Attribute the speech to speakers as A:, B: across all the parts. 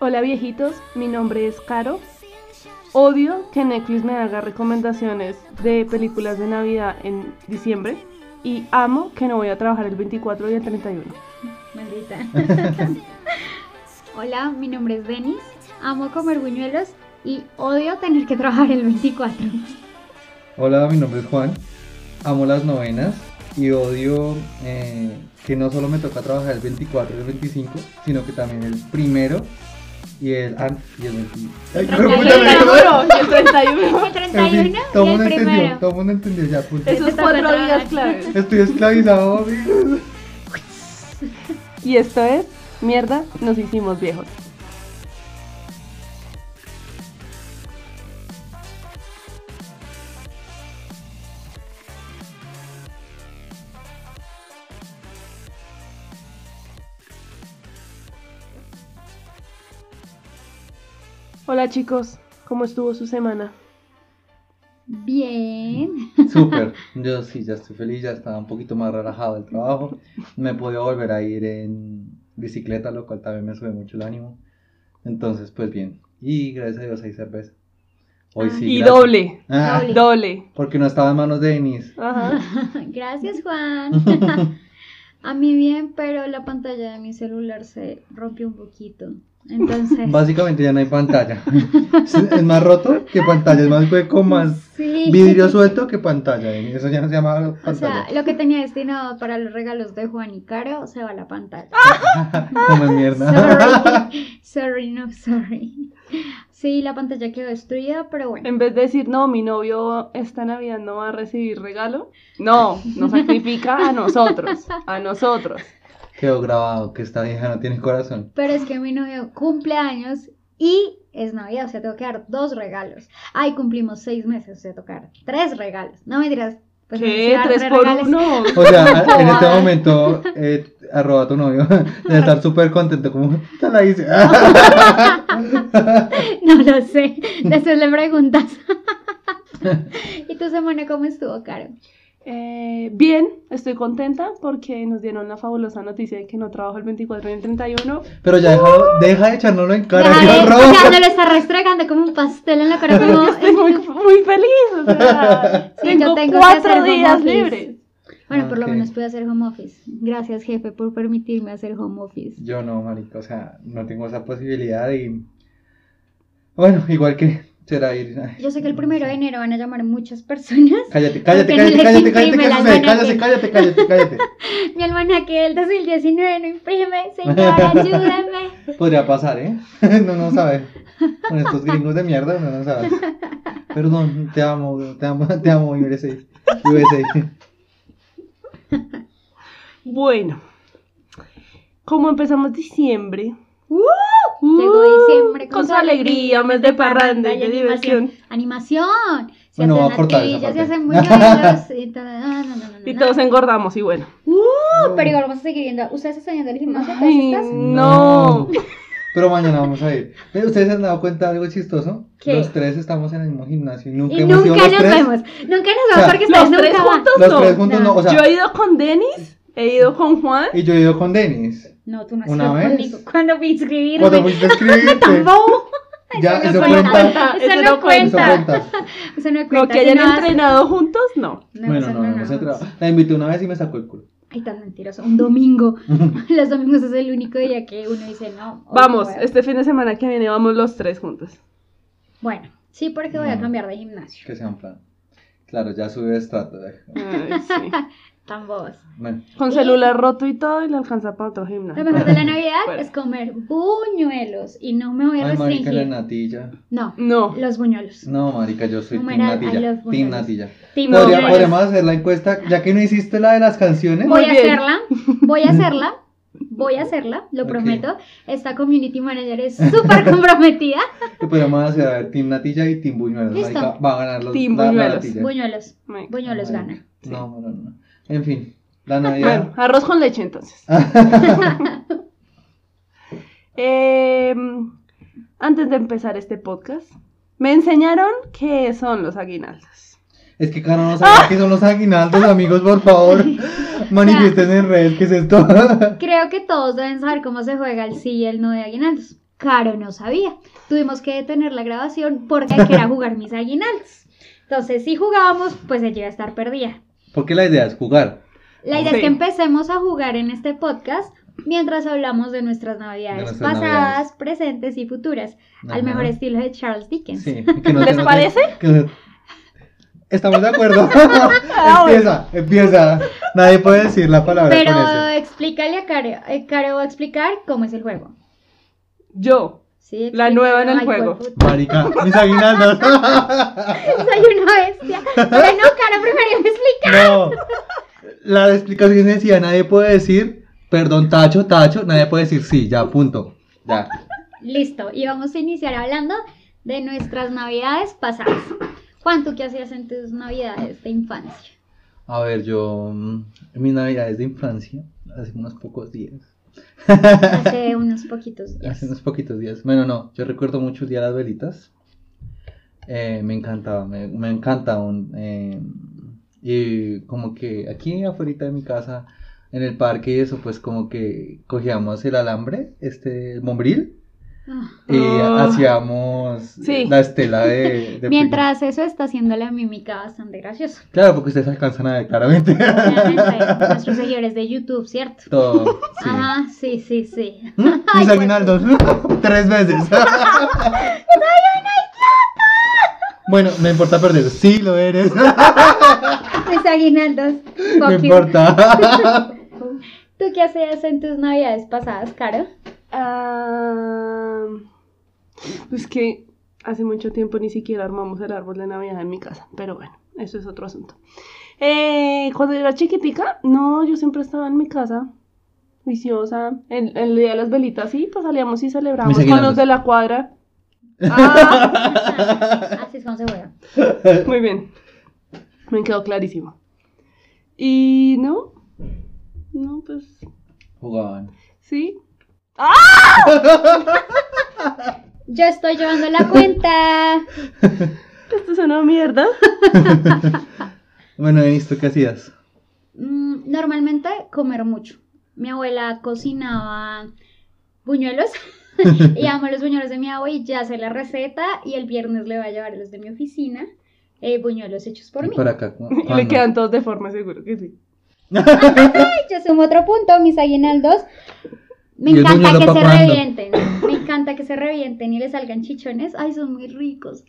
A: Hola viejitos, mi nombre es Caro. Odio que Netflix me haga recomendaciones de películas de Navidad en diciembre y amo que no voy a trabajar el 24 y el 31.
B: Maldita. Hola, mi nombre es Denis. Amo comer buñuelos y odio tener que trabajar el 24.
C: Hola, mi nombre es Juan. Amo las novenas y odio eh, que no solo me toca trabajar el 24 y el 25, sino que también el primero y el antes y el 25. Ay,
B: Pero
A: Y
C: puta,
A: el
B: bueno,
C: me quedó-
A: 31 y el 31.
B: El
C: En
B: 31
C: fin,
B: y
C: todo
B: el
C: mundo entendió,
B: primero.
C: todo mundo entendió ya, puta.
A: Esos
B: Está
A: cuatro
B: controlado.
A: días claves.
C: Estoy esclavizado, amigos.
A: Y esto es, mierda, nos hicimos viejos. Hola chicos, ¿cómo estuvo su semana?
B: Bien.
C: Súper, yo sí, ya estoy feliz, ya estaba un poquito más relajado del trabajo. Me podía volver a ir en bicicleta, lo cual también me sube mucho el ánimo. Entonces, pues bien. Y gracias a Dios hay cerveza. Hoy sí.
A: y
C: gracias.
A: doble,
C: Ah,
B: Doble.
A: doble.
C: porque no estaba en manos de Denise.
A: Ajá.
B: Gracias, Juan. A mí bien, pero la pantalla de mi celular se rompió un poquito. Entonces.
C: Básicamente ya no hay pantalla. Es- Es más roto que pantalla, es más hueco, más
B: Sí.
C: vidrio suelto que pantalla. Denise. Eso ya no se llama
B: O sea,
C: pantalla.
B: lo que tenía destinado para los regalos de Juan y Caro se va a la pantalla.
C: Como mierda.
B: Sorry, sorry, no sorry. Sí, la pantalla quedó destruida, pero bueno.
A: En vez de decir, no, mi novio esta Navidad no va a recibir regalo, no, nos sacrifica a nosotros, a nosotros.
C: Quedó grabado que esta vieja no tiene corazón.
B: Pero es que mi novio cumple años y es Navidad, o sea, tengo que dar dos regalos. Ay, cumplimos seis meses, o sea, tocar tres regalos. No me dirás, pues no sé
A: ¿Qué?
B: dar
A: ¿Tres por
B: regalos.
A: uno?
C: O sea, en este momento, eh, arroba a tu novio. Debe estar súper contento. Como, "Ya la hice.
B: No lo sé, después le preguntas. ¿Y tu semana cómo estuvo, Caro?
A: Eh, bien, estoy contenta porque nos dieron la fabulosa noticia de que no trabajo el 24 ni el 31.
C: Pero ya déjalo- deja de echárnoslo en cara.
B: Deja
C: qué
B: de-
C: horror.
B: o sea, eh, no lo está restregando como un pastel en la cara. Como, este.
A: Estoy muy, muy feliz, o sea,
B: Sí,
A: tengo,
B: yo tengo que hacer
A: cuatro
B: home
A: días
B: office.
A: libres.
B: Bueno, por lo
C: Ok.
B: menos pude hacer home office. Gracias, jefe, por permitirme hacer home office.
C: Yo no, marica. O sea, no tengo esa posibilidad. Y. Bueno, igual que será ir. ay,
B: Yo sé que el primero de enero van a llamar muchas personas.
C: Cállate, cállate,
B: Porque no
C: cállate,
B: le
C: cállate, cállate,
B: imprime
C: que
B: las
C: eso se ve,
B: buenas
C: cállate,
B: de-
C: cállate, cállate, cállate.
B: Mi almanaque del 2019 no imprime. Señora, ayúdame.
C: Podría pasar, ¿eh? No, no sabes. Con estos gringos de mierda, no, no sabes. Perdón, te amo, te amo, te amo, USA. USA.
A: Bueno, como empezamos diciembre, uh,
B: Llegó diciembre
A: con su alegría, mes de parranda y de diversión.
B: Animación. Se
C: Bueno, voy a
B: hacen
C: cortar esa
B: natillas, se
C: parte.
B: hacen buñuelos. y todo. No, no, no, no,
A: Y
B: no.
A: todos engordamos y bueno.
B: Uh, pero igual vamos a seguir viendo. ¿Ustedes están yendo al gimnasio? ¿Todas
A: Ay,
B: estas?
A: no.
C: Pero mañana vamos a ir. Pero ustedes se han dado cuenta de algo chistoso.
B: ¿Qué?
C: Los tres estamos en el mismo gimnasio y nunca
B: Y
C: hemos ido
B: nunca
C: los
B: nos
C: tres.
B: vemos. Nunca nos
C: O sea,
B: vemos porque ustedes
A: Los tres
B: nunca van.
A: juntos
C: Los
A: no.
C: tres juntos no, o sea,
A: Yo he ido con Denis, he ido con Juan.
C: y yo he ido con Denis.
B: No, tú no
C: Una
B: estás
C: vez.
B: conmigo. Cuando fui a
C: Cuando
B: inscribirme.
C: fuiste a escribirte.
B: Tampoco.
C: ya,
B: no
C: eso
B: cuenta.
C: cuenta.
B: Eso
A: Eso
B: no
A: no cuenta.
C: Eso cuenta.
B: Eso no cuenta.
A: Lo que
B: si
A: hayan
B: no vas-
A: entrenado juntos, no.
B: No,
C: Bueno, no, no,
B: entrenamos.
C: se traba. La invité una vez y me sacó el culo.
B: Ay, tan mentiroso. Un domingo. Los domingos es el único día que uno dice no. hoy
A: Vamos,
B: no puedo.
A: este fin de semana que viene vamos los tres juntos.
B: Bueno, sí, porque voy a
C: No.
B: cambiar de gimnasio.
C: Que sea un plan. Claro, ya subí de estrato. eh.
A: Ay, sí.
B: Tan vos.
C: Bueno,
A: Con
B: Y-
A: celular roto y todo y le alcanza para otro
B: Lo
A: gimnasio.
B: mejor de la Navidad
A: Fuera.
B: es comer buñuelos y no me voy a
C: ay, marica, la
B: restringir.
C: natilla.
B: no,
A: No.
B: los buñuelos.
C: No, marica, yo soy team
B: Numeral, I
C: natilla.
B: love
C: Team
B: buñuelos.
C: natilla.
B: Team
C: Podría-
B: buñuelos.
C: Podríamos hacer la encuesta, ya que no hiciste la de las canciones.
A: Muy
B: Voy a
A: bien.
B: hacerla, voy a hacerla, voy a hacerla, lo
C: Ok.
B: prometo. Esta community manager es súper comprometida.
C: Que podríamos hacer a ver, Team Natilla y Team Buñuelos.
B: Listo.
C: marica. va a ganar los
A: Team
C: la- la
A: Buñuelos.
C: natilla.
B: Buñuelos,
A: Ay.
B: buñuelos
C: Ay,
B: gana.
C: No, no, no. En fin, la
A: Ah, Bueno,
C: Navidad.
A: arroz con leche entonces. Em, antes de empezar este podcast, me enseñaron qué son los aguinaldos.
C: Es que Caro no
A: Ah.
C: sabe qué son los aguinaldos, amigos, por favor. Manifiesten en redes qué es esto.
B: Creo que todos deben saber cómo se juega el sí y el no de aguinaldos. Caro no sabía. Tuvimos que detener la grabación porque quería jugar mis aguinaldos. Entonces, si jugábamos, pues ella iba a estar perdida.
C: Porque la idea es jugar.
B: La idea
A: Sí.
B: es que empecemos a jugar en este podcast mientras hablamos de nuestras navidades
C: De nuestras
B: pasadas,
C: navidades.
B: presentes y futuras,
C: Ajá.
B: al mejor estilo de Charles Dickens.
C: Sí, que no-
A: ¿Les
C: que no-
A: parece?
C: que no- Estamos de acuerdo.
A: Ah, bueno.
C: empieza, empieza. Nadie puede decir la palabra
B: Pero
C: con eso.
B: explícale a Caro, eh, Caro va a explicar cómo es el juego.
A: Yo.
B: Sí,
A: La nueva en el
B: Ay,
A: juego.
B: jueputa.
C: Marica, mis aguinaldos.
B: Soy una bestia. Pero no, Caro, primero me explica.
C: No. La explicación decía, nadie puede decir, perdón, tacho, tacho, nadie puede decir sí, ya, punto. Ya.
B: Listo, y vamos a iniciar hablando de nuestras navidades pasadas. Juan, ¿tú qué hacías en tus navidades de infancia?
C: A ver, yo mm, en mis navidades de infancia, hace unos pocos días.
B: Hace unos poquitos días.
C: Hace unos poquitos días. Bueno, no, yo recuerdo mucho el día de las velitas. Eh, me encantaba, me, me encanta un... eh, y como que aquí afuera de mi casa, en el parque y eso, pues como que cogíamos el alambre, este, el mombril,
B: Ah.
C: y
A: Ah.
C: hacíamos
A: Sí.
C: la estela de... de
B: Mientras eso está haciendo la mímica bastante graciosa.
C: Claro, porque ustedes alcanzan a ver claramente
B: Obviamente, nuestros seguidores de YouTube, ¿cierto?
C: todo. Sí.
B: Ajá, sí, sí, sí.
C: ¿Mm? Mis
B: pues.
C: aguinaldos. Tres veces. ¡Soy una idiota! Bueno, me importa perder. Sí, lo eres.
B: Mis aguinaldos.
C: No
B: Fuck you.
C: importa.
B: ¿Tú qué hacías en tus navidades pasadas, Caro?
A: Ah, pues que hace mucho tiempo ni siquiera armamos el árbol de Navidad en mi casa, pero bueno, eso es otro asunto. Eh, cuando era chiquitica, no, yo siempre estaba en mi casa, viciosa. El, el día de las velitas, sí, pues salíamos y celebramos
C: Mis
A: con los
C: aguinaldos.
A: de la cuadra. Ah,
B: Así es como se juega.
A: muy bien, me quedó clarísimo. Y no, no, pues
C: Jugaban.
A: sí,
B: Yo estoy llevando la cuenta.
A: esto es una mierda.
C: Bueno, he visto qué hacías.
B: Mm, normalmente comer mucho. Mi abuela cocinaba buñuelos y amo los buñuelos de mi abuela y ya sé la receta y el viernes le voy a llevar los de mi oficina, eh, buñuelos hechos por
C: Y
B: mí.
C: Para acá. Ah, ¿cu-
A: Y le
C: cuándo?
A: quedan todos de forma, seguro que sí.
B: Ay, Yo sumo otro punto, mis aguinaldos. Me
C: ¿Y el
B: encanta
C: buñuelo
B: que se
C: pa' cuándo?
B: revienten. Me encanta que se revienten y le salgan chichones. Ay, son muy ricos.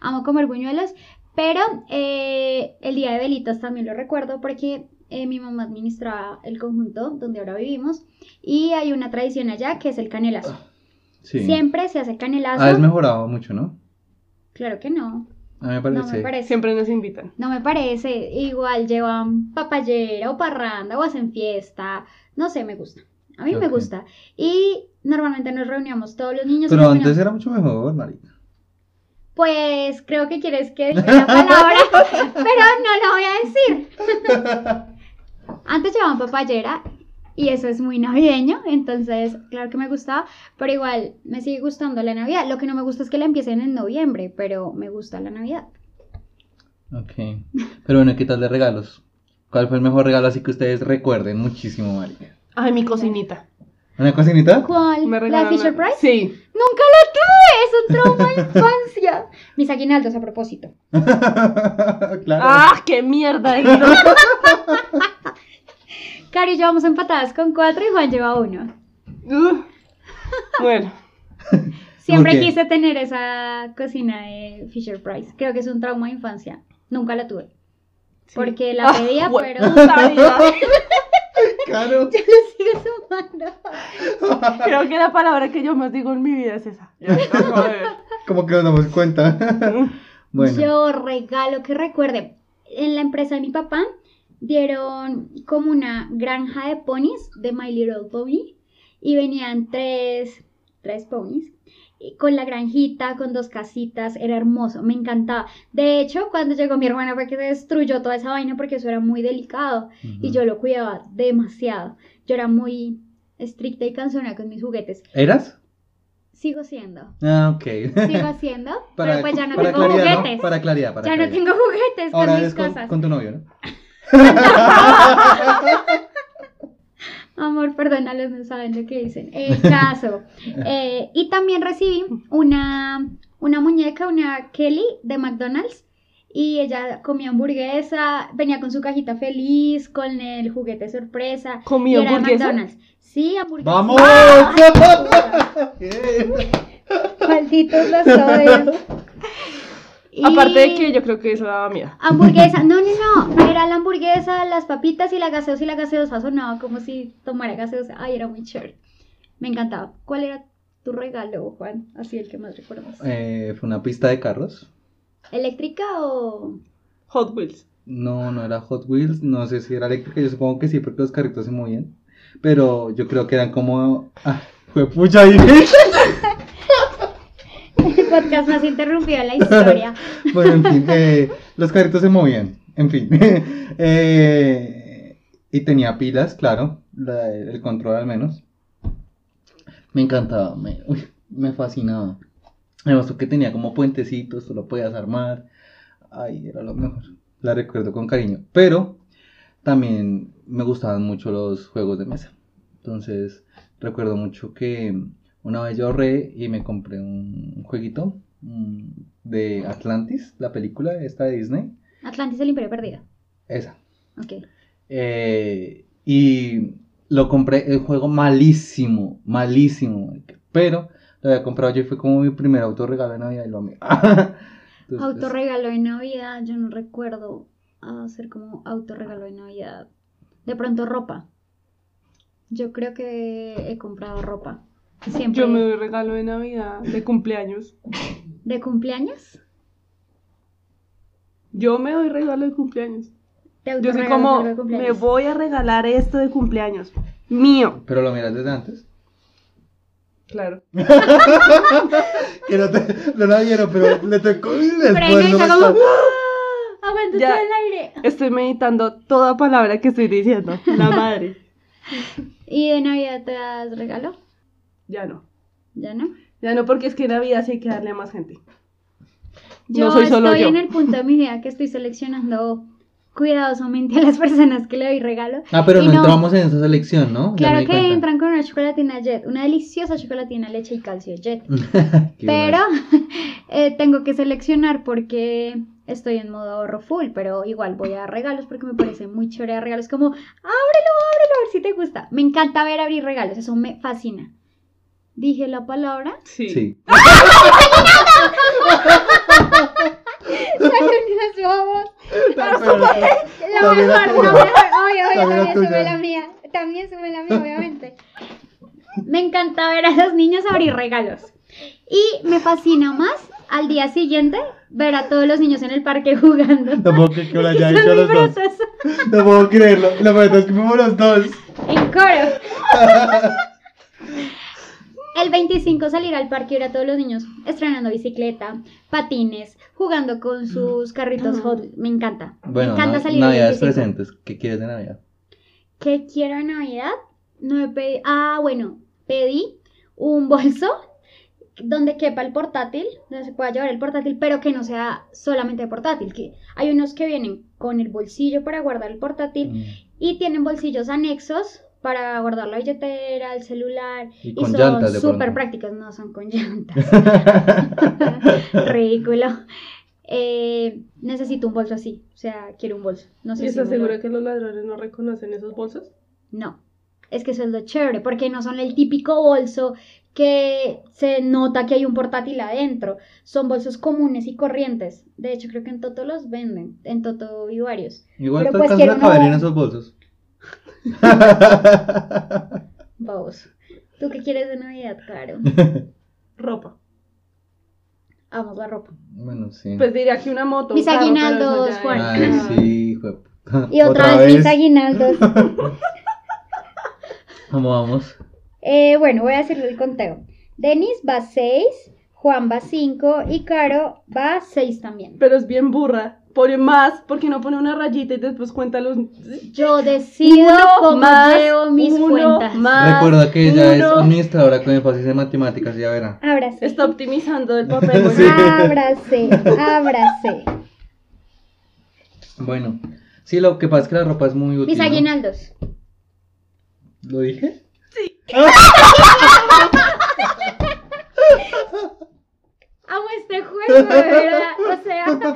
B: Amo comer buñuelos. Pero eh, el día de velitas también lo recuerdo porque eh, mi mamá administraba el conjunto donde ahora vivimos. Y hay una tradición allá que es el canelazo.
C: Sí. Ah,
B: Siempre se hace canelazo.
C: Has mejorado mucho, ¿no?
B: Claro que no.
C: A mí me
B: No me
C: parece.
B: parece.
A: Siempre nos invitan.
B: No me parece, igual llevan papayera o parranda o hacen fiesta, no sé, me gusta. A mí me
C: Ok.
B: gusta. Y normalmente nos reuníamos todos los niños. y
C: Pero
B: nos
C: antes
B: reuníamos-
C: era mucho mejor, marica.
B: Pues creo que quieres que diga la palabra, pero no la voy a decir. Antes llevaban papayera y eso es muy navideño, entonces claro que me gustaba, pero igual me sigue gustando la Navidad. Lo que no me gusta es que la empiecen en noviembre, pero me gusta la Navidad.
C: Ok. Pero bueno, ¿qué tal de regalos? ¿Cuál fue el mejor regalo así que ustedes recuerden muchísimo, marica?
A: Ay, mi cocinita.
C: ¿Una cocinita?
B: ¿Cuál?
A: Me
B: ¿La
A: regalaron
B: Fisher
A: una-
B: Price?
A: Sí.
B: Nunca la tuve, es un trauma de infancia. Mis aguinaldos a propósito.
C: claro.
A: ¡Ah, qué mierda! de giro!
B: Cari y yo vamos empatadas con cuatro y Juan lleva uno.
A: Ugh. bueno,
B: Siempre
C: Ok.
B: quise tener esa cocina de Fisher Price. Creo que es un trauma de infancia. Nunca la tuve. Porque la
A: Ah,
B: pedía,
A: jue-
B: pero
A: puta vida.
C: Claro.
B: yo le sigo sumando.
A: Creo que la palabra que yo más digo en mi vida es esa. Ya, acabo de ver.
C: Como que nos damos cuenta. bueno.
B: Yo regalo que recuerde. En la empresa de mi papá dieron como una granja de ponis de My Little Pony y venían tres, tres ponis y con la granjita, con dos casitas, era hermoso, me encantaba. De hecho, cuando llegó mi hermana fue que se destruyó toda esa vaina porque eso era muy delicado y yo lo cuidaba demasiado. Yo era muy estricta y cansona con mis juguetes.
C: ¿Eras?
B: Sigo siendo,
C: Ah, ok.
B: sigo siendo, pero pues ya no
C: para
B: tengo
C: claridad, ¿no?
B: juguetes.
C: Para claridad, para
B: Ya no
C: claridad.
B: tengo juguetes con
C: Ahora
B: mis
C: eres con,
B: cosas.
C: con tu novio, ¿no?
B: Amor, perdónalos, no saben lo que dicen. El caso. Eh, y también recibí una, una muñeca, una Kelly de McDonald's. Y ella comía hamburguesa, venía con su cajita feliz, con el juguete sorpresa.
A: ¿Comía
B: y era de
A: hamburguesa?
B: McDonald's. Sí, hamburguesa.
C: ¡Vamos!
B: ¡Ah! Malditos los odios. Y-
A: Aparte de que yo creo que eso daba miedo.
B: Hamburguesa, no, no, no, era la hamburguesa, las papitas y la gaseosa y la gaseosa sonaba como si tomara gaseosa. Ay, era muy chévere. Me encantaba. ¿Cuál era tu regalo, Juan? Así el que más recuerdas.
C: Eh, fue una pista de carros.
B: ¿Eléctrica o...?
A: Hot Wheels.
C: No, no era Hot Wheels, no sé si era eléctrica, yo supongo que sí, porque los carritos se movían. Pero yo creo que eran como. ¡Ah! ¡Fue pucha ahí!
B: El podcast más interrumpido de la historia.
C: Bueno, en fin, eh, los carritos se movían, en fin. Eh, y tenía pilas, claro, la- el control al menos. Me encantaba, me, uy, me fascinaba. Además, tú que tenía como puentecitos, tú lo podías armar. Ay, era lo mejor. La recuerdo con cariño. Pero también me gustaban mucho los juegos de mesa. Entonces, recuerdo mucho que una vez yo ahorré y me compré un jueguito mm, de Atlantis, la película esta de Disney.
B: Atlantis, el Imperio Perdido.
C: Esa.
B: Ok.
C: Eh, y lo compré, el juego malísimo, malísimo. marica. Pero lo había comprado yo y fue como mi primer autorregalo de Navidad y lo amé. Entonces,
B: Autorregalo de Navidad, yo no recuerdo hacer como autorregalo de Navidad. De pronto ropa. Yo creo que he comprado ropa. Siempre.
A: Yo me doy regalo de Navidad, de cumpleaños.
B: ¿De cumpleaños?
A: Yo me doy regalo de cumpleaños.
B: ¿Te
A: Yo soy
B: autorregalas
A: como,
B: algo de
A: me
B: cumpleaños?
A: voy a regalar esto de cumpleaños. Mío.
C: Pero lo miras desde antes.
A: Claro.
C: Que no, te, no la vieron, pero le tocó y después
B: Pero ahí no
C: no
B: hizo
C: la-
B: como... ¡Ah! Aguantó
A: Ya.
B: todo el aire.
A: Estoy meditando toda palabra que estoy diciendo. La madre.
B: ¿Y de Navidad te das regalo?
A: Ya no.
B: ¿Ya no?
A: Ya no, porque es que Navidad sí hay que darle a más gente.
B: Yo
A: no soy solo
B: estoy
A: yo.
B: en el punto de mi vida que estoy seleccionando cuidadosamente a las personas que le doy regalo.
C: Ah, pero
B: Y
C: no
B: no.
C: entramos en esa selección, ¿no? Ya me
B: Claro
C: di
B: que
C: cuenta.
B: entran con una chocolatina jet, una deliciosa chocolatina leche y calcio jet.
C: Qué
B: Pero
C: bueno.
B: eh, tengo que seleccionar porque estoy en modo ahorro full, pero igual voy a dar regalos porque me parece muy chévere dar regalos. Como, ábrelo, ábrelo, a ver si te gusta. Me encanta ver abrir regalos, eso me fascina. Dije la palabra.
A: Sí.
C: Sí.
B: Nos vamos. La
C: También
B: mejor, la
C: la tuya.
B: mejor. Obvio, obvio,
C: También la
B: también,
C: tuya.
B: sube la mía. También sube la mía, obviamente. Me encanta ver a los niños abrir regalos. Y me fascina más al día siguiente ver a todos los niños en el parque jugando.
C: No puedo creer que lo haya
B: Son
C: hecho
B: muy
C: los dos.
B: brutos.
C: No puedo creerlo. Lo verdad es que fuimos los dos.
B: En coro. El 25 salir al parque y ver a todos los niños estrenando bicicleta, patines, jugando con sus carritos Hot Wheels. Me encanta.
C: Bueno,
B: me encanta
C: na-
B: salir el
C: Navidades
B: 25.
C: presentes. ¿Qué quieres de Navidad?
B: ¿Qué quiero en Navidad? No he pedido. Ah, bueno, pedí un bolso donde quepa el portátil, donde se pueda llevar el portátil, pero que no sea solamente portátil. Que hay unos que vienen con el bolsillo para guardar el portátil
C: Mm.
B: y tienen bolsillos anexos para guardar la billetera, el celular
C: Y
B: y,
C: con llantas
B: son
C: de
B: súper
C: pronto.
B: prácticos. No son con llantas. Ridículo. Eh, necesito un bolso así, o sea, quiero un bolso. No sé
A: ¿Y
B: si me
A: estás
B: lo-
A: segura que los ladrones no reconocen esos bolsos?
B: no, es que eso es lo chévere, porque no son el típico bolso que se nota que hay un portátil adentro. Son bolsos comunes y corrientes. De hecho, creo que en Toto los venden. En Toto vi varios.
C: Igual
B: Pero
C: te
B: pues
C: alcanzas
B: quiero
C: a
B: una
C: caber en
B: boda.
C: esos bolsos.
B: Vamos. ¿Tú qué quieres de Navidad, Caro?
A: Ropa.
B: Vamos, la ropa.
C: bueno, sí.
A: Pues diría que una moto.
B: Mis
A: un carro, pero
B: aguinaldos,
A: eso ya
B: Juan.
C: Ay,
A: es-
C: sí, hijo de puta.
B: Y otra, vez, mis aguinaldos.
C: ¿Cómo vamos?
B: Eh, bueno, voy a hacerle el conteo. Denis va 6, Juan va 5 y Caro va 6 también.
A: Pero es bien burra. Pone más porque no pone una rayita y después cuenta los.
B: Yo decido cómo llevo mis
A: uno
B: cuentas.
A: más,
C: Recuerda que ella es
A: uno.
C: administradora con énfasis en matemáticas, ya verá.
B: Ahora sí.
A: Está optimizando el papel.
C: Sí.
A: bueno.
B: Ábrase, ábrase.
C: Bueno, sí, lo que pasa es que la ropa es muy útil.
B: Mis
C: ¿no?
B: aguinaldos.
C: ¿Lo dije?
B: Amo este juego, de verdad. O sea,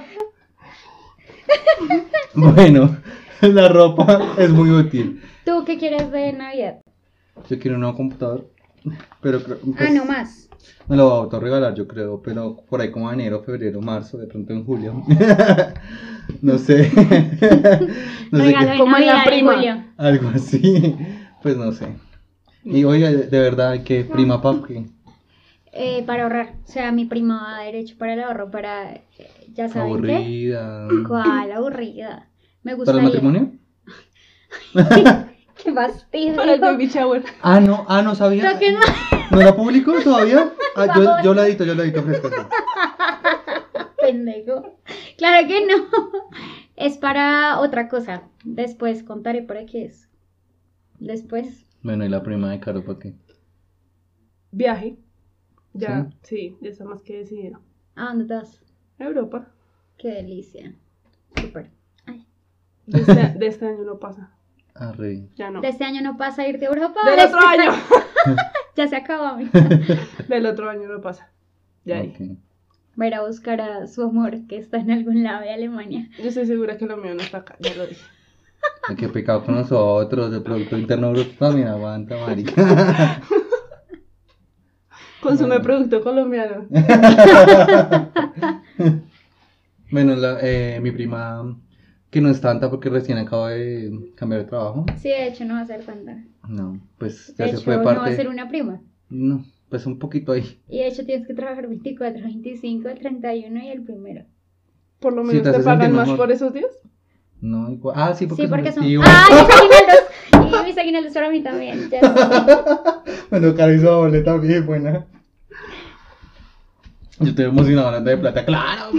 C: Bueno, la ropa es muy útil.
B: ¿tú qué quieres de Navidad?
C: Yo quiero un nuevo computador, pero creo
B: Ah,
C: pues,
B: no más.
C: me lo voy a autorregalar, yo creo, pero por ahí como enero, febrero, marzo, de pronto en julio. no sé. no sé
B: Regalo
C: qué.
B: de
A: Como en la
B: Navidad en
A: prima.
B: julio.
C: Algo así. Pues no sé. Y oiga, de verdad que prima papi.
B: Eh, para ahorrar. O sea, mi prima va derecho para el ahorro, para. eh, Ya saben qué.
C: Aburrida.
B: ¿Cuál aburrida? Me gusta.
C: ¿Para el matrimonio?
B: Qué fastidio.
A: Para el baby shower.
C: Ah, no, ah, no sabía.
B: Lo que no-
C: ¿No la publico todavía? Ah,
B: Por
C: yo,
B: favor.
C: yo la edito, yo la edito fresca. sí.
B: Pendejo. Claro que no. Es para otra cosa. Después contaré para qué es. Después.
C: Bueno, y la prima de Caro, ¿para qué?
A: Viaje. Ya, sí, ya está más que decidido.
B: ¿A dónde te vas?
A: A Europa.
B: Qué delicia. Súper. Ay.
A: De este, de este año no pasa.
C: Ah, re.
A: Ya no.
B: De este año no pasa a irte a Europa.
A: Del
B: de
A: otro
B: este-
A: año.
B: Ya se acabó. amiga.
A: Del otro año no pasa. Ya ahí.
C: Ok.
B: Va a ir a buscar a su amor que está en algún lado de Alemania.
A: Yo estoy segura que lo mío no está acá, ya lo dije.
C: Ay, Qué pecado con nosotros, el Producto Interno Bruto también aguanta, marica.
A: Consume producto colombiano.
C: Bueno, la- eh, mi prima, que no es tanta porque recién acaba de cambiar de trabajo.
B: Sí, de hecho no va a ser tanta.
C: No, pues ya
B: De
C: se
B: hecho
C: fue
B: no va a
C: parte.
B: ser una prima.
C: No, pues un poquito ahí.
B: Y de hecho tienes que trabajar 24, 25, el 31 y el primero.
A: Por lo
C: Sí,
A: menos
C: te
A: te
C: hace
A: pagan
C: sentir
A: más
C: mejor.
A: por esos días.
C: No, igual. Ah, sí, porque,
B: Sí, porque son...
C: festivos.
B: ¡Ah, mis aguinaldos! Y mis aguinaldos son a mí también. Ya sé.
C: Bueno, Caro hizo boleta bien buena. Yo estoy emocionado hablando de plata, claro,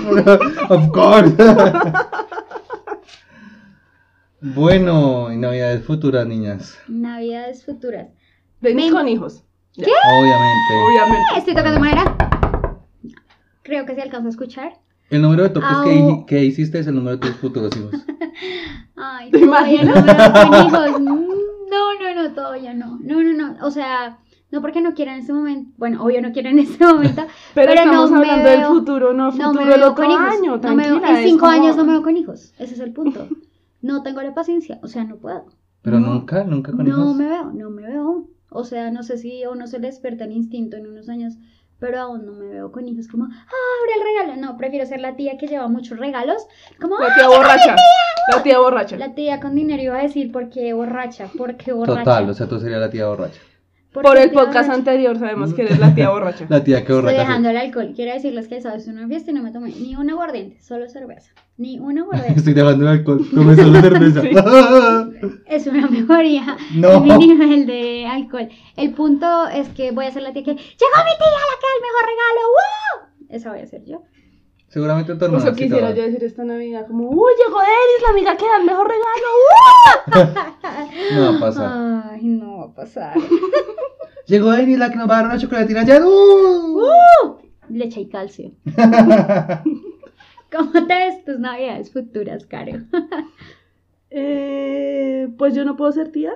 C: of course. bueno, y navidades futuras, niñas.
B: Navidades futuras.
A: Venís
B: Men-
A: con hijos. Ya,
C: Obviamente.
A: Obviamente.
B: Estoy tocando madera. Creo que se alcanza a escuchar.
C: El número de toques que,
B: Au.
C: hi- que hiciste es el número de tus futuros hijos.
B: Ay,
A: ¿Te
B: todavía no,
A: imaginas?
B: pero con hijos. Mm, No, no, no, todavía no. No, no, no. O sea, no porque no quiera en este momento. Bueno, obvio no quiero en este momento.
A: Pero,
B: Pero
A: estamos
B: no me
A: hablando del
B: veo-
A: futuro, no
B: No
A: futuro
B: me
A: del
B: veo
A: otro
B: con hijos.
A: año.
B: No me veo-
A: Tranquila.
B: en
A: es
B: cinco
A: como-
B: años no me veo con hijos. Ese es el punto. No tengo la paciencia. O sea, no puedo.
C: Pero
B: No.
C: nunca, nunca con
B: No
C: hijos.
B: me veo, no me veo. O sea, no sé si o no se le despierta el instinto en unos años, pero aún no me veo con hijos como, ah, abre el regalo. No, prefiero ser la tía que lleva muchos regalos. Como,
A: La
B: "Ah,
A: tía borracha. La tía borracha.
B: la tía con dinero iba a decir, porque borracha? porque borracha?
C: Total, o sea, tú serías la tía borracha.
B: ¿Por
A: Por
B: qué
A: el
B: tía
A: podcast
B: borracha?
A: anterior sabemos que eres la tía borracha.
C: La tía que
B: Estoy
C: borracha. sí.
B: dejando el alcohol. Quiero decirles que el sábado es una fiesta y no me tomé ni una aguardiente, solo cerveza. Ni una aguardiente.
C: Estoy dejando el alcohol. Tomé solo cerveza.
B: es una mejoría
C: No.
B: en mi nivel de alcohol. El punto es que voy a ser la tía que, llegó mi tía, la que da el mejor regalo. ¡Wow! Esa voy a ser yo.
C: Seguramente tu hermana.
A: Eso
C: sí te va
A: quisiera
C: a
A: yo decir esta Navidad, como, uy, llegó Denis, la amiga que da el mejor regalo.
C: No va a pasar.
B: Ay, no va a pasar.
C: Llegó Eni, la que nos va a dar una chocolatina. ¡Ya! ¡Uh!
B: Leche y calcio. ¿Cómo te ves tus navidades futuras, Caro?
A: Eh, pues yo no puedo ser tía,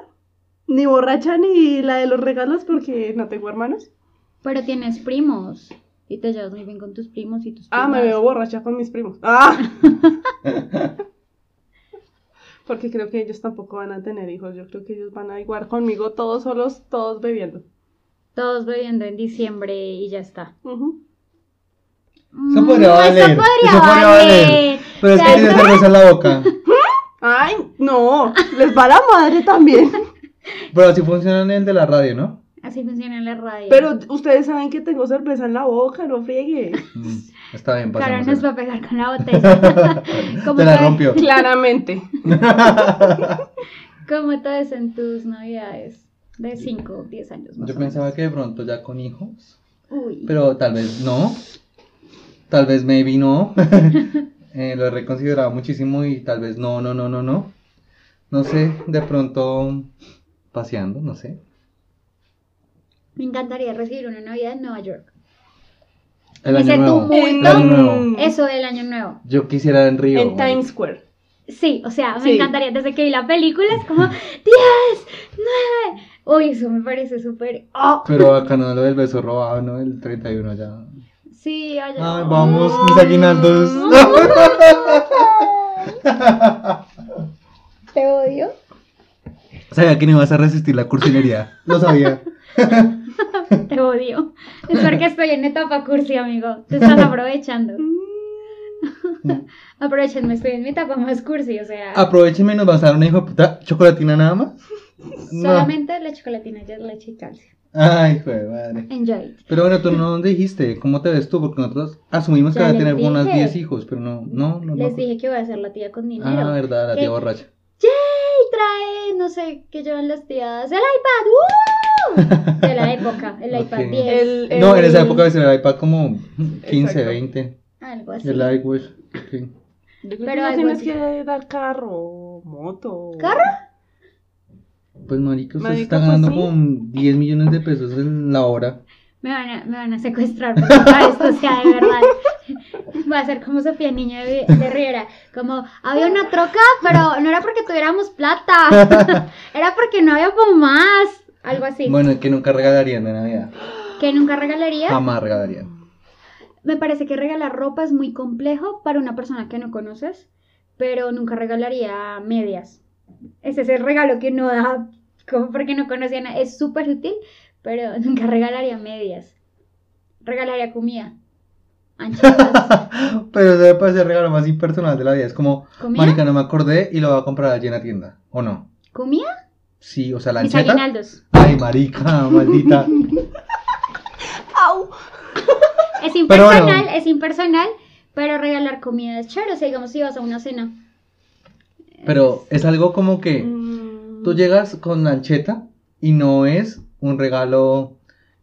A: ni borracha ni la de los regalos porque no tengo hermanos.
B: Pero tienes primos. Y te llevas muy bien con tus primos y tus primas.
A: Ah, me veo borracha con mis primos. Ah. Porque creo que ellos tampoco van a tener hijos. Yo creo que ellos van a igual conmigo todos solos, todos bebiendo.
B: Todos bebiendo en diciembre y ya está.
A: Ujú.
C: Eso podría
B: Mm,
C: valer.
B: Eso podría,
C: eso podría
B: valer.
C: valer. Pero es
B: O sea,
C: que tiene
B: no-
C: cerveza en la boca.
A: Ay, no, les va la madre también.
C: Pero así funciona en el de la radio, ¿no?
B: Así funciona en la radio.
A: Pero ustedes saben que tengo cerveza en la boca, no friegue.
C: Mm, Está bien,
B: Caro
C: pasamos.
B: nos va a pegar con la botella. ¿Cómo
C: Te la
B: sabe-
C: rompió.
A: Claramente.
B: ¿Cómo te ves en tus navidades? De 5 o 10 años más.
C: Yo
B: o menos?
C: pensaba que de pronto ya con hijos.
B: Uy.
C: Pero tal vez no. Tal vez maybe no. Eh, lo he reconsiderado muchísimo y tal vez no, no, no, no, no. No sé, de pronto paseando, no sé.
B: Me encantaría recibir una Navidad en Nueva York.
C: El
B: Ese
C: año
B: tu
C: nuevo. El
B: mundo.
C: año
A: Mm.
C: nuevo.
B: Eso del año nuevo.
C: Yo quisiera en Río.
A: En
C: marica.
A: Times Square.
B: Sí, o sea, me
A: Sí.
B: encantaría. Desde que vi la película es como 10, 9. Uy, eso me parece súper. ¡Ah!
C: Pero acá no lo del beso robado, ¿no? El 31 ya.
B: Sí, allá.
C: Ay, vamos, mis
A: Mm.
C: aguinaldos.
B: Te odio.
C: Sabía que no ibas a resistir la cursilería. Lo sabía.
B: Te odio. Es porque estoy en etapa cursi, amigo. Te estás aprovechando. Aprovechenme, estoy en mi etapa más cursi, o sea,
C: Ah, Aprovechenme y nos vas a dar una hijo de puta chocolatina nada más. No.
B: solamente la chocolatina ya es leche y calcio.
C: Ay, joder, madre.
B: Enjoy it.
C: Pero bueno, tú no dijiste cómo te ves tú, porque nosotros asumimos que
B: Ya
C: va a
B: les
C: tener como unas
B: dije.
C: 10 hijos, pero no, no, no.
B: Les
C: no.
B: dije que voy a ser la tía con dinero.
C: Ah, verdad, la
B: que-
C: tía borracha.
B: ¡Yay! Trae, no sé, que llevan las tías. ¡El iPad! ¡Uh! De la época, el
C: Ok.
B: iPad 10.
A: El-
C: No, en esa época se el iPad como 15,
A: Exacto.
C: 20.
B: Algo así.
C: El iWatch. sí.
A: Yo creo
B: Pero
A: que no
B: algo
A: tienes
B: así.
A: que dar carro, moto.
B: ¿Carro?
C: Pues, marica, usted se
A: Marica,
C: está
A: pues,
C: ganando
A: sí.
C: con 10 millones de pesos en la hora.
B: Me van a, me van a secuestrar por contar esto, o sea, de verdad. Va a ser como Sofía Niña de, de Riera. Como, había una troca, pero no era porque tuviéramos plata. era porque no había como más. Algo así.
C: Bueno, que nunca regalarían de Navidad.
B: Que nunca regalaría.
C: Jamás regalarían.
B: Me parece que regalar ropa es muy complejo para una persona que no conoces, pero nunca regalaría medias. Ese es el regalo que uno da, como porque no conocían. Es súper útil, pero nunca regalaría medias. Regalaría comida. Anchitas.
C: Pero debe parecer el regalo más impersonal de la vida. Es como,
B: ¿Comida?
C: marica, no me acordé y lo voy a comprar allí en la tienda. ¿O no?
B: ¿Comida?
C: Sí, o sea, la
B: Mis
C: ancheta.
B: aguinaldos.
C: Ay, marica, maldita.
A: ¡Au!
B: Es
C: Pero bueno.
B: impersonal, es impersonal, pero regalar comida es chévere. O sea, digamos, si vas a una cena.
C: Pero es algo como que...
A: Mm.
C: Tú llegas con la ancheta y no es un regalo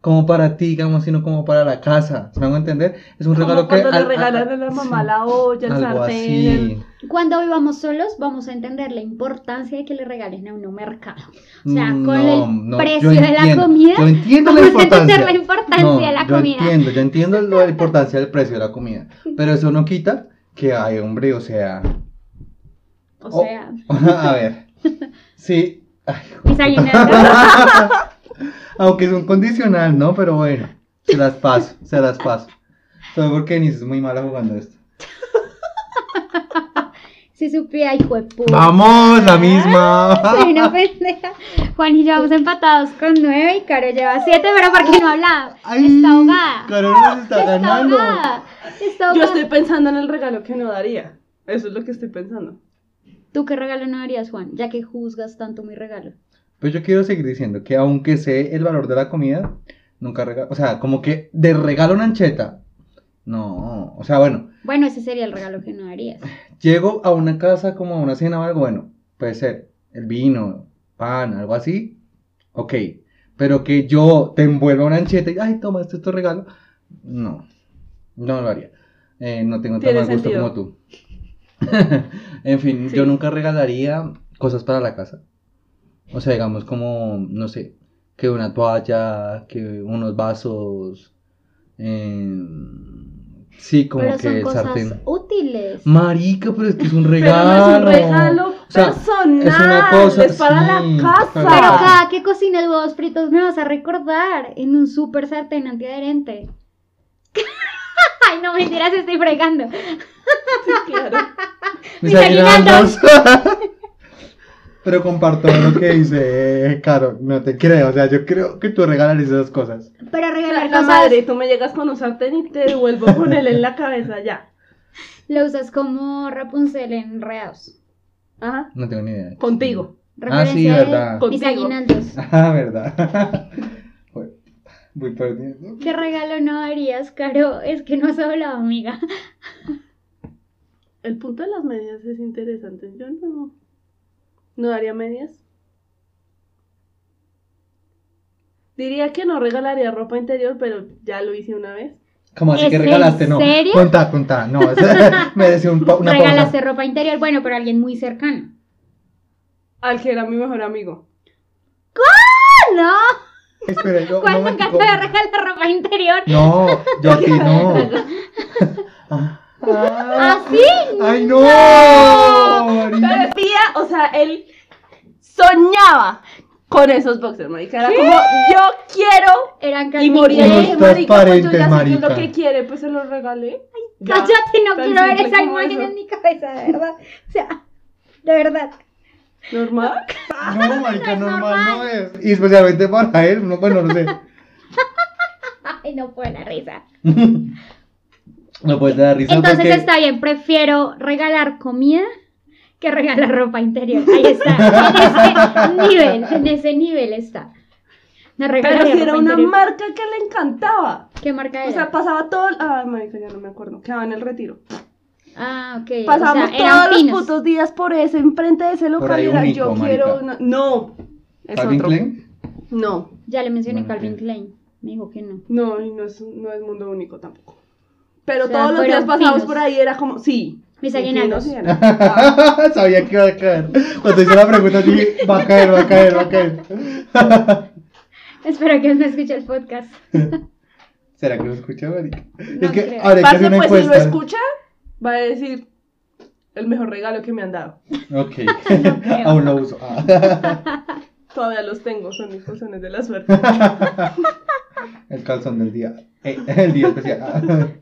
C: como para ti, digamos, sino como para la casa. ¿Se van a entender? Es un
A: Como
C: regalo que.
A: cuando le
C: al-
A: regalan
C: al-
A: a la mamá
C: sí,
A: la olla, el
C: algo
A: sartén, el-
C: así.
B: Cuando vivamos solos, vamos a entender la importancia de que le regalen a uno mercado. O sea, con
C: Mm, No,
B: el
C: no,
B: precio de
C: yo
B: la
C: entiendo,
B: comida,
C: Yo entiendo la
B: vamos a entender
C: importancia.
B: la importancia
C: No,
B: de la
C: yo
B: comida.
C: Entiendo, yo entiendo lo- la importancia del precio de la comida. Pero eso no quita que, ay, hombre, o sea.
B: o
C: Oh.
B: sea,
C: a ver. Sí. ay,
B: mis aguinaldos.
C: Aunque es un condicional, ¿no? Pero bueno, se las paso, se las paso. Solo porque Denise es muy mala jugando esto.
B: si supiera, hijo de puta.
C: ¡Vamos! ¡La misma!
B: Soy una pendeja. Juan y yo vamos empatados con nueve y Caro lleva siete, pero ¿por qué no hablaba?
C: Ay,
B: está ahogada.
C: Carolina se está
B: Está
C: ganando.
B: ahogada. Está
A: Yo
B: ahogada.
A: estoy pensando en el regalo que no daría. Eso es lo que estoy pensando.
B: ¿Tú qué regalo no darías, Juan? Ya que juzgas tanto mi regalo.
C: Pues yo quiero seguir diciendo que aunque sé el valor de la comida, nunca regalo. O sea, como que de regalo una ancheta. No, o sea, bueno,
B: Bueno, ese sería el regalo que no darías.
C: llego a una casa como a una cena o algo, bueno, puede ser el vino, pan, algo así, ok, pero que yo te envuelva una ancheta y, ay, toma, este es tu regalo, no, no lo haría, Eh, no tengo tan
A: Tiene
C: mal gusto
A: sentido.
C: como tú. en fin,
A: Sí.
C: yo nunca regalaría cosas para la casa, o sea, digamos como, no sé, que una toalla, que unos vasos, eh, sí, como
B: pero
C: que
B: son
C: el
B: cosas
C: sartén.
B: útiles.
C: Marica, pero es que es un
A: Pero
C: regalo.
A: no es un regalo
C: O sea,
A: personal.
C: es una cosa,
A: es para
C: sí,
A: la casa.
C: pero-
B: Pero cada que cocines huevos fritos me vas a recordar en un super sartén antiadherente. Ay, no mentiras, estoy fregando.
A: Sí, claro.
C: Mis
B: mis aguinaldos.
C: aguinaldos. pero comparto lo que dice eh, Caro. No te creo. O sea, yo creo que tú regalas esas cosas.
B: Pero
A: La,
B: regalar
A: la
B: cosas
A: madre, tú me llegas con un sartén y te devuelvo con él en la cabeza ya.
B: lo usas como Rapunzel en enredados.
A: Ajá.
C: No tengo ni idea.
A: Contigo.
C: Ah, sí,
B: Referencia de
C: verdad.
B: Mis
A: Contigo.
B: aguinaldos.
C: Ah, verdad. Voy- Voy perdiendo.
B: ¿Qué regalo no harías, Caro? Es que no has hablado, amiga.
A: El punto de las medias es interesante. Yo no. No daría medias. Diría que no regalaría ropa interior, pero ya lo hice una vez.
C: ¿Cómo así
B: ¿Es
C: que
B: en
C: regalaste? No.
B: serio?
C: Contá, contá. No, es- merece un pa- una
B: Regalaste
C: pausa.
B: ropa interior, bueno, pero a alguien muy cercano.
A: Al que era mi mejor amigo.
B: ¡Ah, no!
C: Espera, yo. un
B: ¿Cuál nunca te
C: momentico.
B: voy a regalar ropa interior?
C: No, yo a ti no. Ah,
B: ¿Ah, sí?
C: ¡Ay, no! marica.
A: Pero tía, o sea, él soñaba con esos boxers, marica. Era como, yo quiero.
B: Eran
A: Y morí
C: Como
A: ahí,
C: estás
A: marica, pues yo
C: parente,
A: ya sé que es lo
C: marica.
A: que quiere, pues se lo regalé. Ay, ya.
B: Cállate, no
A: Tan
B: quiero ver
A: simple
B: esa
A: como
B: imagen
A: eso.
B: en mi cabeza, de verdad. O sea, de verdad.
A: ¿Normal?
C: No, marica, normal no es. Y especialmente para él, no, bueno, no sé.
B: Ay, no puedo la risa.
C: No puedes dar risa
B: Entonces
C: porque...
B: está bien, prefiero regalar comida que regalar ropa interior. Ahí está, en ese nivel, en ese nivel está. No
A: Pero
B: regalaría
A: si era
B: ropa
A: una
B: interior.
A: marca que le encantaba.
B: ¿Qué marca era?
A: O sea, pasaba todo. el- Ay, marica, ya no me acuerdo. Quedaba en el retiro.
B: ah, ok.
A: Pasábamos
B: o sea, eran
A: todos los
B: finos.
A: putos días por ese, enfrente de ese local.
C: ahí
A: y era,
C: único,
A: yo
C: marica.
A: quiero una. No. Es
C: ¿Calvin
A: otro.
C: Klein?
A: No.
B: Ya le mencioné
C: Bueno,
B: Calvin
C: ok.
B: Klein. Me dijo que no.
A: No, y no es, no es mundo único tampoco. Pero
B: O sea,
A: todos los días
B: fueron
A: pasados
B: finos.
A: por ahí era como, sí.
B: Mis
A: sí,
B: aguinaldos.
A: finos y eran. Ah,
C: Sabía que iba a caer. Cuando hice la pregunta dije, va a caer, va a caer, va a caer.
B: Espero que él no escuche el podcast.
C: ¿Será que lo escucha, marica?
B: No
C: es que
B: creo.
C: ahora hay que hacer
A: Parce,
C: una
A: pues si lo
C: encuesta.
A: escucha, va a decir el mejor regalo que me han dado.
C: Ok.
B: creo.
C: Aún lo uso. Ah.
A: Todavía los tengo, son mis colchones de la suerte.
C: El calzón del día. Eh, el día especial.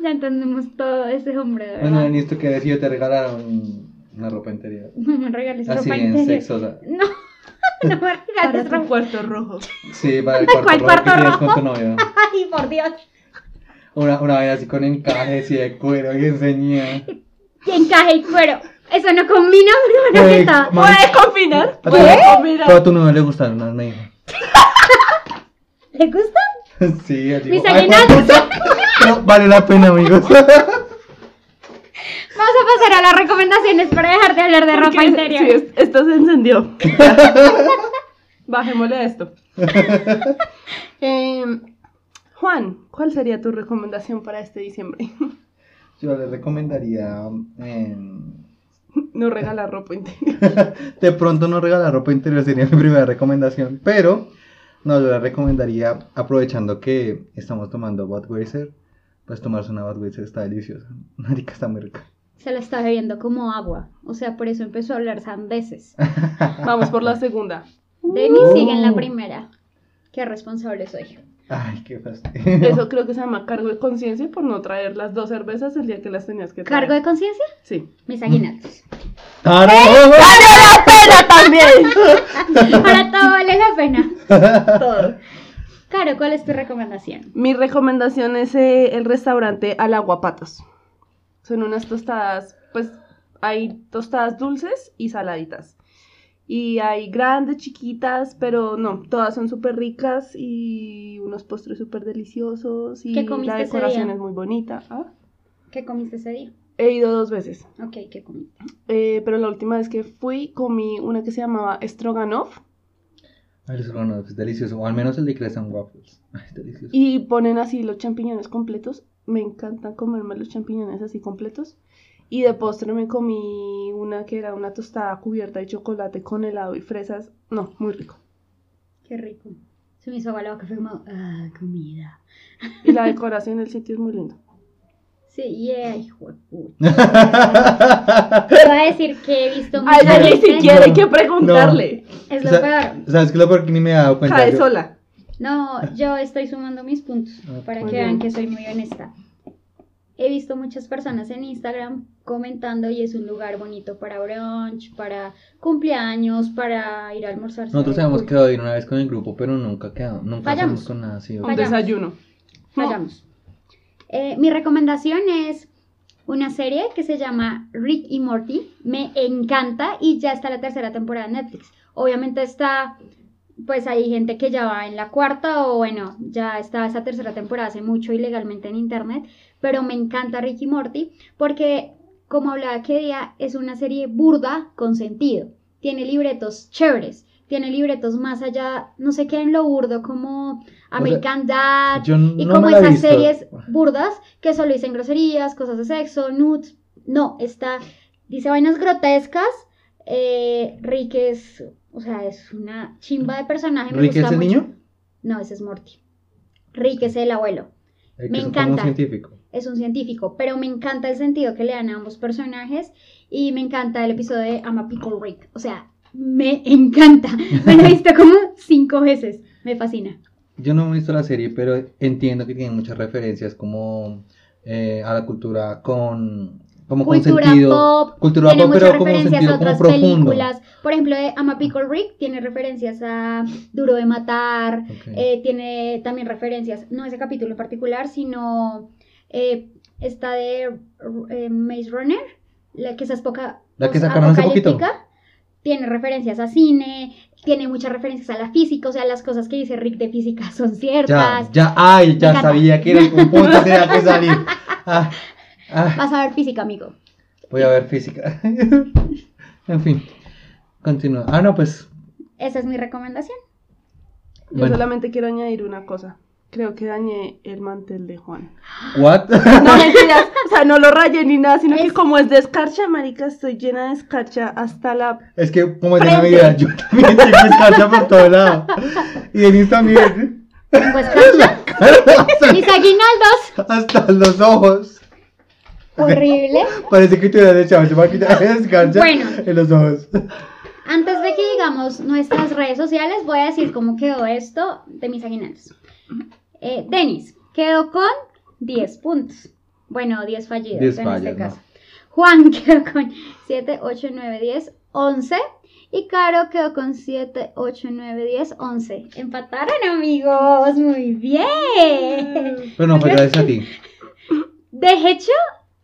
B: Ya entendemos todo ese hombre, de
C: Bueno,
B: verdad.
C: en esto que decía, te regalaron una ropa interior.
B: No me regales
C: Así
B: ropa
C: en
B: interior.
C: sexosa.
B: No, no me
A: Para
B: regales
A: tu
B: ropa.
A: cuarto rojo.
C: Sí, para el
B: ¿Cuál
C: cuarto rojo
B: cuarto
C: que tienes
B: rojo?
C: con tu novio.
B: Ay, por Dios.
C: Una, una vez así con encajes y de cuero y enseñía.
B: Y encaje y cuero. Eso no combina, pero bueno,
C: Pues,
B: que todo.
C: ma-
A: ¿Puedes combinar?
C: A tu-
A: ¿Puedes
C: Pero a
A: combinar?
C: tu novio le gustaron unas, me dijo.
B: ¿Le gusta?
C: Sí, él
B: Mis
C: dijo, "Ay,
B: aguinaldos".
C: pues, pero vale la pena, amigos.
B: Vamos a pasar a las recomendaciones para dejar de hablar de ropa
A: Porque-
B: interior.
A: sí, es- esto se encendió. Bajémosle a esto. Em, Juan, ¿cuál sería tu recomendación para este diciembre?
C: Yo le recomendaría. em,
A: no regalar ropa interior.
C: De pronto no regalar ropa interior sería mi primera recomendación, pero no, yo la recomendaría aprovechando que estamos tomando Budweiser, pues tomarse una Budweiser está deliciosa, marica está muy rica.
B: Se la está bebiendo como agua. O sea, por eso empezó a hablar sandeces.
A: Vamos por la segunda.
B: Denny
C: Uh.
B: sigue en la primera. Qué responsable soy.
C: Ay, qué fastidio.
A: Eso creo que se llama cargo de conciencia por no traer las dos cervezas el día que las tenías que traer.
B: ¿Cargo de conciencia?
A: Sí.
B: Mis aguinaldos.
C: ¡Claro!
A: la pena también!
B: Para todo vale la pena.
A: Todo.
B: Caro, ¿cuál es tu recomendación?
A: Mi recomendación es eh, el restaurante Al Aguapatos. Son unas tostadas, pues hay tostadas dulces y saladitas. Y hay grandes, chiquitas, pero no, todas son súper ricas y unos postres súper deliciosos. Y
B: ¿Qué comiste
A: la
B: ese
A: decoración
B: día?
A: es muy bonita. ¿Ah?
B: ¿Qué comiste ese día?
A: He ido dos veces,
B: Ok, ¿qué comiste?
A: eh, pero la última vez que fui comí una que se llamaba Stroganoff
C: El surrón es delicioso, o al menos el de Crest and Waffles. Ay, es delicioso.
A: Y ponen así los champiñones completos. Me encantan comerme los champiñones así completos. Y de postre me comí una que era una tostada cubierta de chocolate con helado y fresas. No, muy rico.
B: Qué rico. Se me hizo agua la boca, fue como, ah, comida.
A: Y la decoración del sitio es muy linda.
B: Sí, yeah, hijo de puta. Te voy a decir que he visto
A: A ella ni
B: veces.
A: siquiera hay que
C: No,
A: preguntarle.
B: Es lo
C: Sa-
B: peor.
C: ¿Sabes qué? es Lo peor que ni me he dado cuenta.
A: Cae
C: yo-
A: sola.
B: No, yo estoy sumando mis puntos
C: Ah,
B: para
A: muy
B: que vean
A: bien.
B: que soy muy honesta. He visto muchas personas en Instagram comentando y es un lugar bonito para brunch, para cumpleaños, para ir a almorzar.
C: Nosotros
B: sabe,
C: habíamos
B: cool.
C: quedado de ir una vez con el grupo, pero nunca quedamos, nunca
B: Fallamos.
C: hacemos con nada así. ¿o
A: Un
C: qué?
B: Fallamos.
A: desayuno.
B: Vayamos. Eh, mi recomendación es una serie que se llama Rick y Morty. Me encanta y ya está la tercera temporada de Netflix. Obviamente está, pues hay gente que ya va en la cuarta o bueno, ya está esa tercera temporada hace mucho ilegalmente en internet, pero me encanta Rick y Morty porque, como hablaba que día, es una serie burda con sentido. Tiene libretos chéveres, tiene libretos más allá, no sé qué en lo burdo, como American Dad,
C: Yo
B: y
C: no
B: como
C: me la he
B: esas
C: visto.
B: series burdas que solo dicen groserías, cosas de sexo, nudes. No, está, dice vainas grotescas. Eh, Rick es, o sea, es una chimba de personaje. me
C: ¿Rick es
B: gusta
C: el
B: mucho.
C: niño?
B: No, ese es Morty. Rick es el abuelo.
C: El
B: Me
C: que es como un
B: encanta.
C: científico.
B: Es un científico, pero me encanta el sentido que le dan a ambos personajes y me encanta el episodio de I'm a Pickle Rick. O sea, me encanta. Me lo he visto como cinco veces. Me fascina.
C: Yo no he visto la serie, pero entiendo que tiene muchas referencias como eh, a la cultura con como con
B: Cultura
C: sentido,
B: pop,
C: cultura
B: tiene
C: pop,
B: muchas
C: pero como un
B: referencias
C: sentido
B: a
C: como
B: otras
C: profundo.
B: películas. Por ejemplo, de I'm a Pickle Rick tiene referencias a Duro de Matar,
C: Ok.
B: Eh, tiene también referencias, no ese capítulo en particular, sino eh, esta de eh, Maze Runner, la que, es poca,
C: La que sacaron hace poquito.
B: apocalíptica, Tiene referencias a cine, tiene muchas referencias a la física, o sea, las cosas que dice Rick de física son
C: ya,
B: ciertas.
C: ya, ay, ya
B: encanta.
C: sabía que era un punto tenía que salir. Ah, ah,
B: Vas a ver física, amigo.
C: voy a ver física. en fin, continúa. Ah, no, pues.
B: Esa es mi recomendación.
A: Yo
C: Bueno.
A: solamente quiero añadir una cosa. Creo que dañé el mantel de Juan.
C: What?
A: No mentiras, o sea, no lo rayé ni nada, sino que
B: Es-
A: como es de escarcha, marica, estoy llena de escarcha hasta la...
C: Es que como es de
A: Frente.
C: Navidad, yo también tengo escarcha por todo lado. Y Denise también.
B: Tengo escarcha, Pues, mis aguinaldos.
C: Hasta los ojos.
B: Horrible.
C: Parece que te hubieran echado ese maquillaje de escarcha
B: Bueno.
C: en los ojos.
B: Antes de que digamos nuestras redes sociales, voy a decir cómo quedó esto de mis aguinaldos. Eh, Denis quedó con 10 puntos. Bueno, 10 fallidos
C: 10
B: en
C: fallas,
B: este
C: ¿no?
B: caso. Juan quedó con 7, 8, 9, 10, 11. Y Caro quedó con 7, 8, 9, 10, 11. Empataron, amigos. Muy bien.
C: Pero no, pues gracias a ti.
B: De hecho,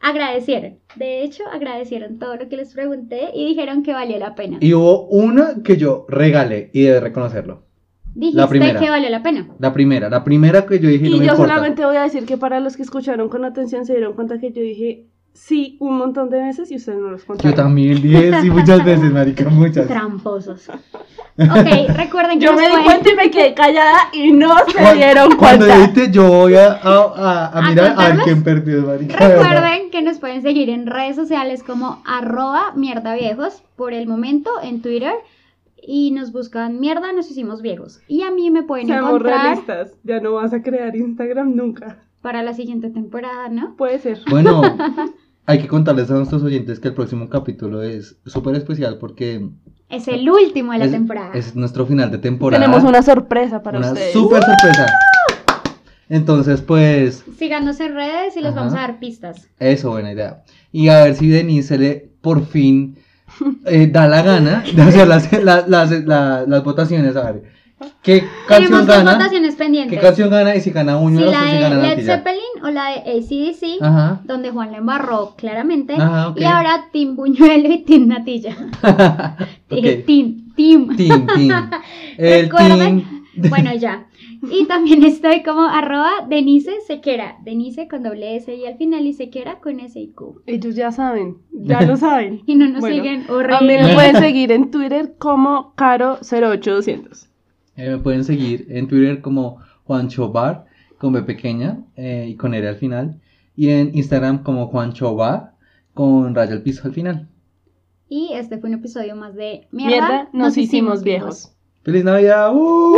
B: agradecieron. De hecho, agradecieron todo lo que les pregunté y dijeron que valió la pena.
C: Y hubo una que yo regalé y debes reconocerlo.
B: Dijiste
C: primera.
B: que valió la pena.
C: La primera, la primera que yo dije no
A: Y
C: me
A: yo
C: importa.
A: solamente voy a decir que para los que escucharon con atención se dieron cuenta que yo dije sí un montón de veces y ustedes no los
C: Yo
A: contaron.
C: también dije sí muchas veces, marica, muchas.
B: Tramposos. Ok, recuerden que
A: Yo
B: nos
A: me di
B: pueden-
A: cuenta y me quedé callada y no se
C: Cuan-
A: dieron
C: Cuando
A: cuenta.
C: dijiste yo voy a, a- a- a
B: ¿A
C: mirar a ver
B: contarlos?
C: quién perdió, marica. de verdad.
B: Recuerden que nos pueden seguir en redes sociales como arroba mierda viejos por el momento en Twitter y nos buscan mierda, nos hicimos viejos. Y a mí me pueden
A: Seamos
B: encontrar
A: realistas, ya no vas a crear Instagram nunca.
B: para la siguiente temporada, ¿no?
A: Puede ser.
C: Bueno, hay que contarles a nuestros oyentes que el próximo capítulo es súper especial porque
B: Es el último de la
C: es,
B: temporada.
C: es nuestro final de temporada.
A: Tenemos una sorpresa para
C: Una
A: ustedes.
C: súper sorpresa. Entonces, pues,
B: Síganos en redes y les
C: Ajá.
B: vamos a dar pistas.
C: eso, buena idea. Y a ver si Denise se le por fin eh, da la gana de hacer las, las, las, la- las votaciones. A ver, ¿qué canción
B: Tenemos dos
C: gana?
B: pues, votaciones
C: ¿Qué
B: pendientes.
C: canción gana y si gana uno
B: si
C: o
B: la
C: si
B: de
C: gana la
B: Led
C: tía?
B: Zeppelin o la de ACDC,
C: Ajá.
B: donde Juan la embarró claramente.
C: Ajá, ok.
B: Y ahora Tim Buñuelo y Tim Natilla. Dije
C: Ok.
B: Tim, eh, Tim.
C: Tin, tin. El
B: Recuerden-
C: tin.
B: Bueno, ya. Y también estoy como arroba Denise Sequera. Denise con doble S y al final y Sequera con S y Q.
A: Ellos ya saben, ya lo saben.
B: Y no nos
A: Bueno,
B: siguen
A: A mí me
B: horrible.
A: pueden seguir en Twitter como caro08200.
C: Eh, me pueden seguir en Twitter como Juancho Bar, con B pequeña eh, y con R al final. Y en Instagram como Juancho Bar, con raya al piso al final.
B: Y este fue un episodio más de Mierda.
A: Mierda, nos hicimos viejos.
C: ¡Feliz Navidad! ¡Uh!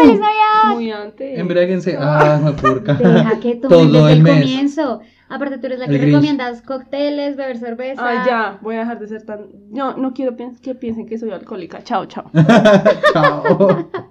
B: ¡Feliz Navidad!
A: Muy antes.
C: Embréguense. ¡Ah, me porca!
B: Deja que tomen
C: Todo
B: desde
C: el
B: el
C: mes.
B: comienzo. Aparte, tú eres la
C: El
B: que
C: Grinch.
B: recomiendas cócteles, beber cerveza.
A: Ay, ya, voy a dejar de ser tan. No, no quiero piens- que piensen que soy alcohólica. Chao, chao.
C: ¡Chao!